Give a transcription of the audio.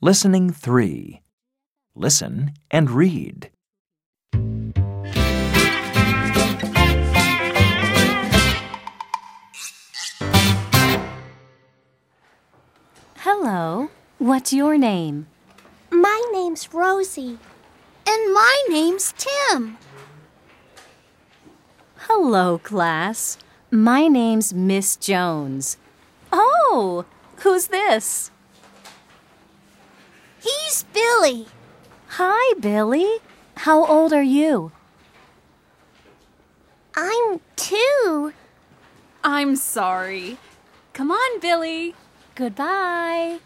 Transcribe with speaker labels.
Speaker 1: Listening 3. Listen and read.
Speaker 2: Hello. What's your name?
Speaker 3: My name's Rosie.
Speaker 4: And my name's Tim.
Speaker 2: Hello, class. My name's Miss Jones. Oh, who's this?
Speaker 4: He's Billy.
Speaker 2: Hi, Billy. How old are you?
Speaker 4: I'm two.
Speaker 5: I'm sorry. Come on, Billy.
Speaker 2: Goodbye.